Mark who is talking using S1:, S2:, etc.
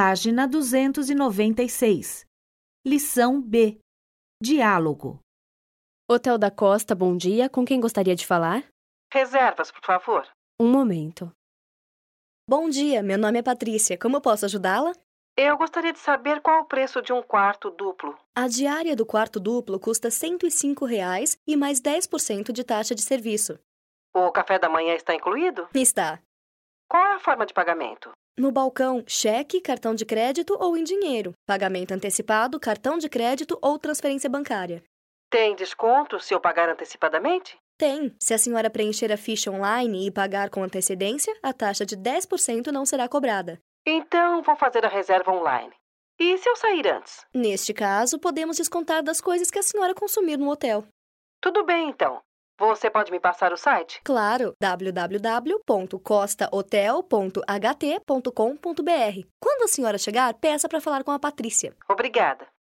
S1: Página 296. Lição B. Diálogo.
S2: Hotel da Costa, bom dia. Com quem gostaria de falar?
S3: Reservas, por favor.
S2: Um momento.
S4: Bom dia, meu nome é Patrícia. Como eu posso ajudá-la?
S3: Eu gostaria de saber qual o preço de um quarto duplo.
S4: A diária do quarto duplo custa R$ 105 reais e mais 10% de taxa de serviço.
S3: O café da manhã está incluído?
S4: Está.
S3: Qual é a forma de pagamento?
S4: No balcão, cheque, cartão de crédito ou em dinheiro. Pagamento antecipado, cartão de crédito ou transferência bancária.
S3: Tem desconto se eu pagar antecipadamente?
S4: Tem. Se a senhora preencher a ficha online e pagar com antecedência, a taxa de 10% não será cobrada.
S3: Então vou fazer a reserva online. E se eu sair antes?
S4: Neste caso, podemos descontar das coisas que a senhora consumir no hotel.
S3: Tudo bem, então. Você pode me passar o site?
S4: Claro, www.costahotel.ht.com.br. Quando a senhora chegar, peça para falar com a Patrícia.
S3: Obrigada.